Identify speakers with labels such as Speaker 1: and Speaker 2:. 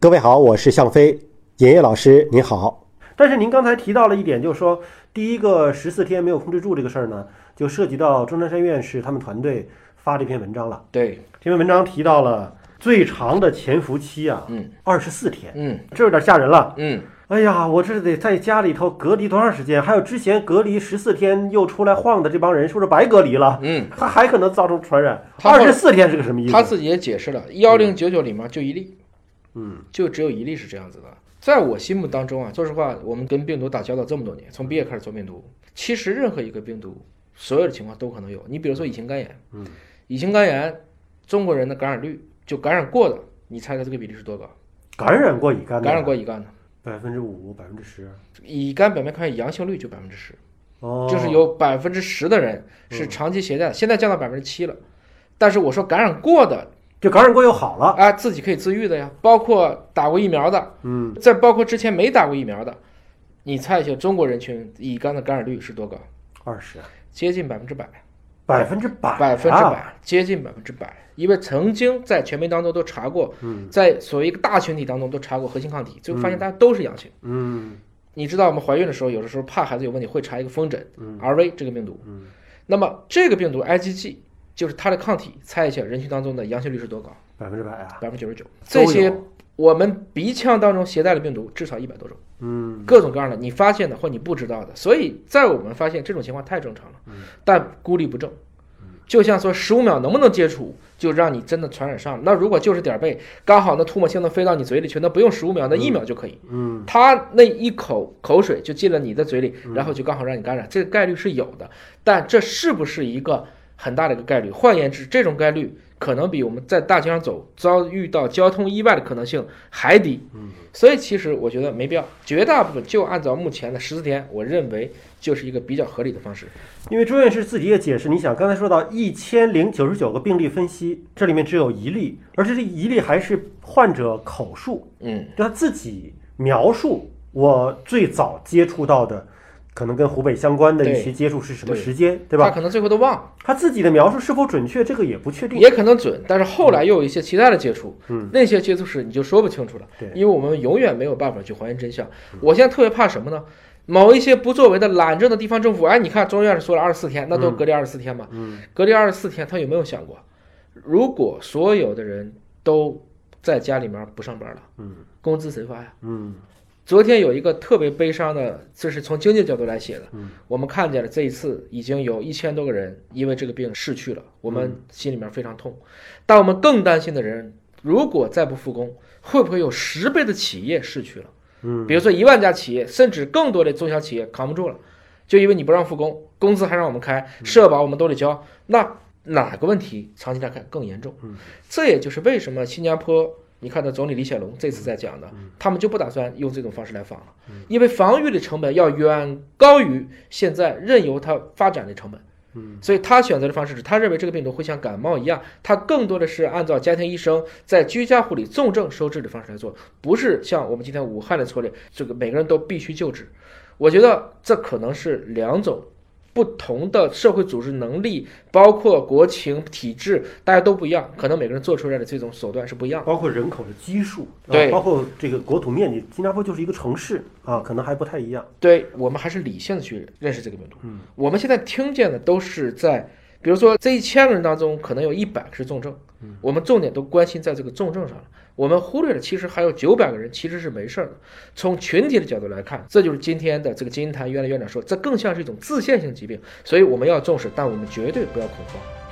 Speaker 1: 各位好，我是向飞，尹烨老师您好。
Speaker 2: 但是您刚才提到了一点，就是说第一个十四天没有控制住这个事儿呢，就涉及到钟南山院士他们团队发这篇文章了。
Speaker 3: 对，
Speaker 2: 这篇文章提到了最长的潜伏期啊，
Speaker 3: 嗯，
Speaker 2: 二十四天，
Speaker 3: 嗯
Speaker 2: 这有点吓人了。
Speaker 3: 嗯，
Speaker 2: 哎呀，我这得在家里头隔离多长时间？还有之前隔离十四天又出来晃的这帮人，是不是白隔离了？
Speaker 3: 嗯，
Speaker 2: 他还可能造成传染。
Speaker 3: 他
Speaker 2: 二十四天是个什么意思？
Speaker 3: 他自己也解释了，幺零九九里面就一例，
Speaker 2: 嗯
Speaker 3: 就只有一例是这样子的。在我心目当中啊，说实话，我们跟病毒打交道这么多年，从毕业开始做病毒，其实任何一个病毒，所有的情况都可能有。你比如说乙型肝炎，
Speaker 2: 嗯，
Speaker 3: 乙型肝炎，中国人的感染率就感染过的，你猜猜这个比例是多高？
Speaker 2: 感染过乙肝的，
Speaker 3: 感染过乙肝的，
Speaker 2: 百分之五、百分之十，
Speaker 3: 乙肝表面抗体阳性率就百分之十。
Speaker 2: 哦，嗯
Speaker 3: 就是有百分之十的人是长期携带，现在降到百分之七了。但是我说感染过的，
Speaker 2: 就感染过又好了，
Speaker 3: 啊，自己可以自愈的呀，包括打过疫苗的，
Speaker 2: 嗯，
Speaker 3: 再包括之前没打过疫苗的，你猜一下中国人群乙肝的感染率是多高？
Speaker 2: 二十，
Speaker 3: 接近百分之百，
Speaker 2: 百分之百，啊
Speaker 3: 百分之，百，接近百分之百。因为曾经在全媒当中都查过，
Speaker 2: 嗯
Speaker 3: 在所谓一个大群体当中都查过核心抗体，最后发现大家都是阳性。
Speaker 2: 嗯
Speaker 3: 你知道我们怀孕的时候，有的时候怕孩子有问题会查一个风疹、
Speaker 2: 嗯
Speaker 3: RV 这个病毒。
Speaker 2: 嗯
Speaker 3: 那么这个病毒 IgG 就是它的抗体，猜一下人群当中的阳性率是多高？
Speaker 2: 百分之百啊，
Speaker 3: 百分之九十九。
Speaker 2: 都有
Speaker 3: 这些我们鼻腔当中携带的病毒至少一百多种，
Speaker 2: 嗯
Speaker 3: 各种各样的你发现的或你不知道的。所以在我们发现这种情况太正常了，但孤立不正。就像说十五秒能不能接触，就让你真的传染上了。那如果就是点儿背，刚好那唾沫星子飞到你嘴里去，那不用十五秒，那一秒就可以。
Speaker 2: 嗯，
Speaker 3: 他那一口口水就进了你的嘴里，然后就刚好让你感染，这个概率是有的，但这是不是一个很大的一个概率？换言之，这种概率可能比我们在大街上走遭遇到交通意外的可能性还低。
Speaker 2: 嗯，
Speaker 3: 所以其实我觉得没必要，绝大部分就按照目前的十四天，我认为就是一个比较合理的方式。
Speaker 2: 因为周院士自己也解释，你想刚才说到一千零九十九个病例分析，这里面只有一例，而且这一例还是患者口述，
Speaker 3: 嗯，
Speaker 2: 就他自己描述我最早接触到的。可能跟湖北相关的一些接触是什么
Speaker 3: 对
Speaker 2: 时间，对
Speaker 3: 他
Speaker 2: 吧？
Speaker 3: 可能最后都忘了。
Speaker 2: 他自己的描述是否准确，这个也不确定。
Speaker 3: 也可能准，但是后来又有一些其他的接触，
Speaker 2: 嗯，
Speaker 3: 那些接触史你就说不清楚了，
Speaker 2: 对嗯
Speaker 3: 因为我们永远没有办法去还原真相。我现在特别怕什么呢？某一些不作为的懒政的地方政府，哎，你看中院士说了二十四天，那都隔离二十四天嘛，
Speaker 2: 嗯，
Speaker 3: 隔离二十四天，他有没有想过，如果所有的人都在家里面不上班了，
Speaker 2: 嗯，
Speaker 3: 工资谁发呀？
Speaker 2: 嗯
Speaker 3: 昨天有一个特别悲伤的，这是从经济角度来写的。
Speaker 2: 嗯
Speaker 3: 我们看见了这一次已经有一千多个人因为这个病逝去了，我们
Speaker 2: 嗯
Speaker 3: 心里面非常痛。但我们更担心的人，如果再不复工，会不会有十倍的企业逝去了？
Speaker 2: 嗯，
Speaker 3: 比如说一万家企业，甚至更多的中小企业扛不住了，就因为你不让复工，工资还让我们开，
Speaker 2: 嗯
Speaker 3: 社保我们都得交，那哪个问题长期来看更严重？
Speaker 2: 嗯
Speaker 3: 这也就是为什么新加坡，你看到总理李显龙这次在讲的，他们就不打算用这种方式来防了，因为防御的成本要远高于现在任由它发展的成本。所以他选择的方式是，他认为这个病毒会像感冒一样，他更多的是按照家庭医生在居家护理、重症收治的方式来做，不是像我们今天武汉的策略，这个每个人都必须救治。我觉得这可能是两种不同的社会组织能力，包括国情体制，大家都不一样，可能每个人做出来的这种手段是不一样的。
Speaker 2: 包括人口的基数，啊
Speaker 3: 对
Speaker 2: 包括这个国土面积，新加坡就是一个城市啊，可能还不太一样。
Speaker 3: 对我们还是理性的去认识这个病毒。嗯，我们现在听见的都是在，比如说这一千个人当中，可能有一百个是重症，我们重点都关心在这个重症上了，我们忽略了其实还有九百个人其实是没事儿的。从群体的角度来看，这就是今天的这个金银潭医院的院长说，这更像是一种自限性疾病，所以我们要重视，但我们绝对不要恐慌。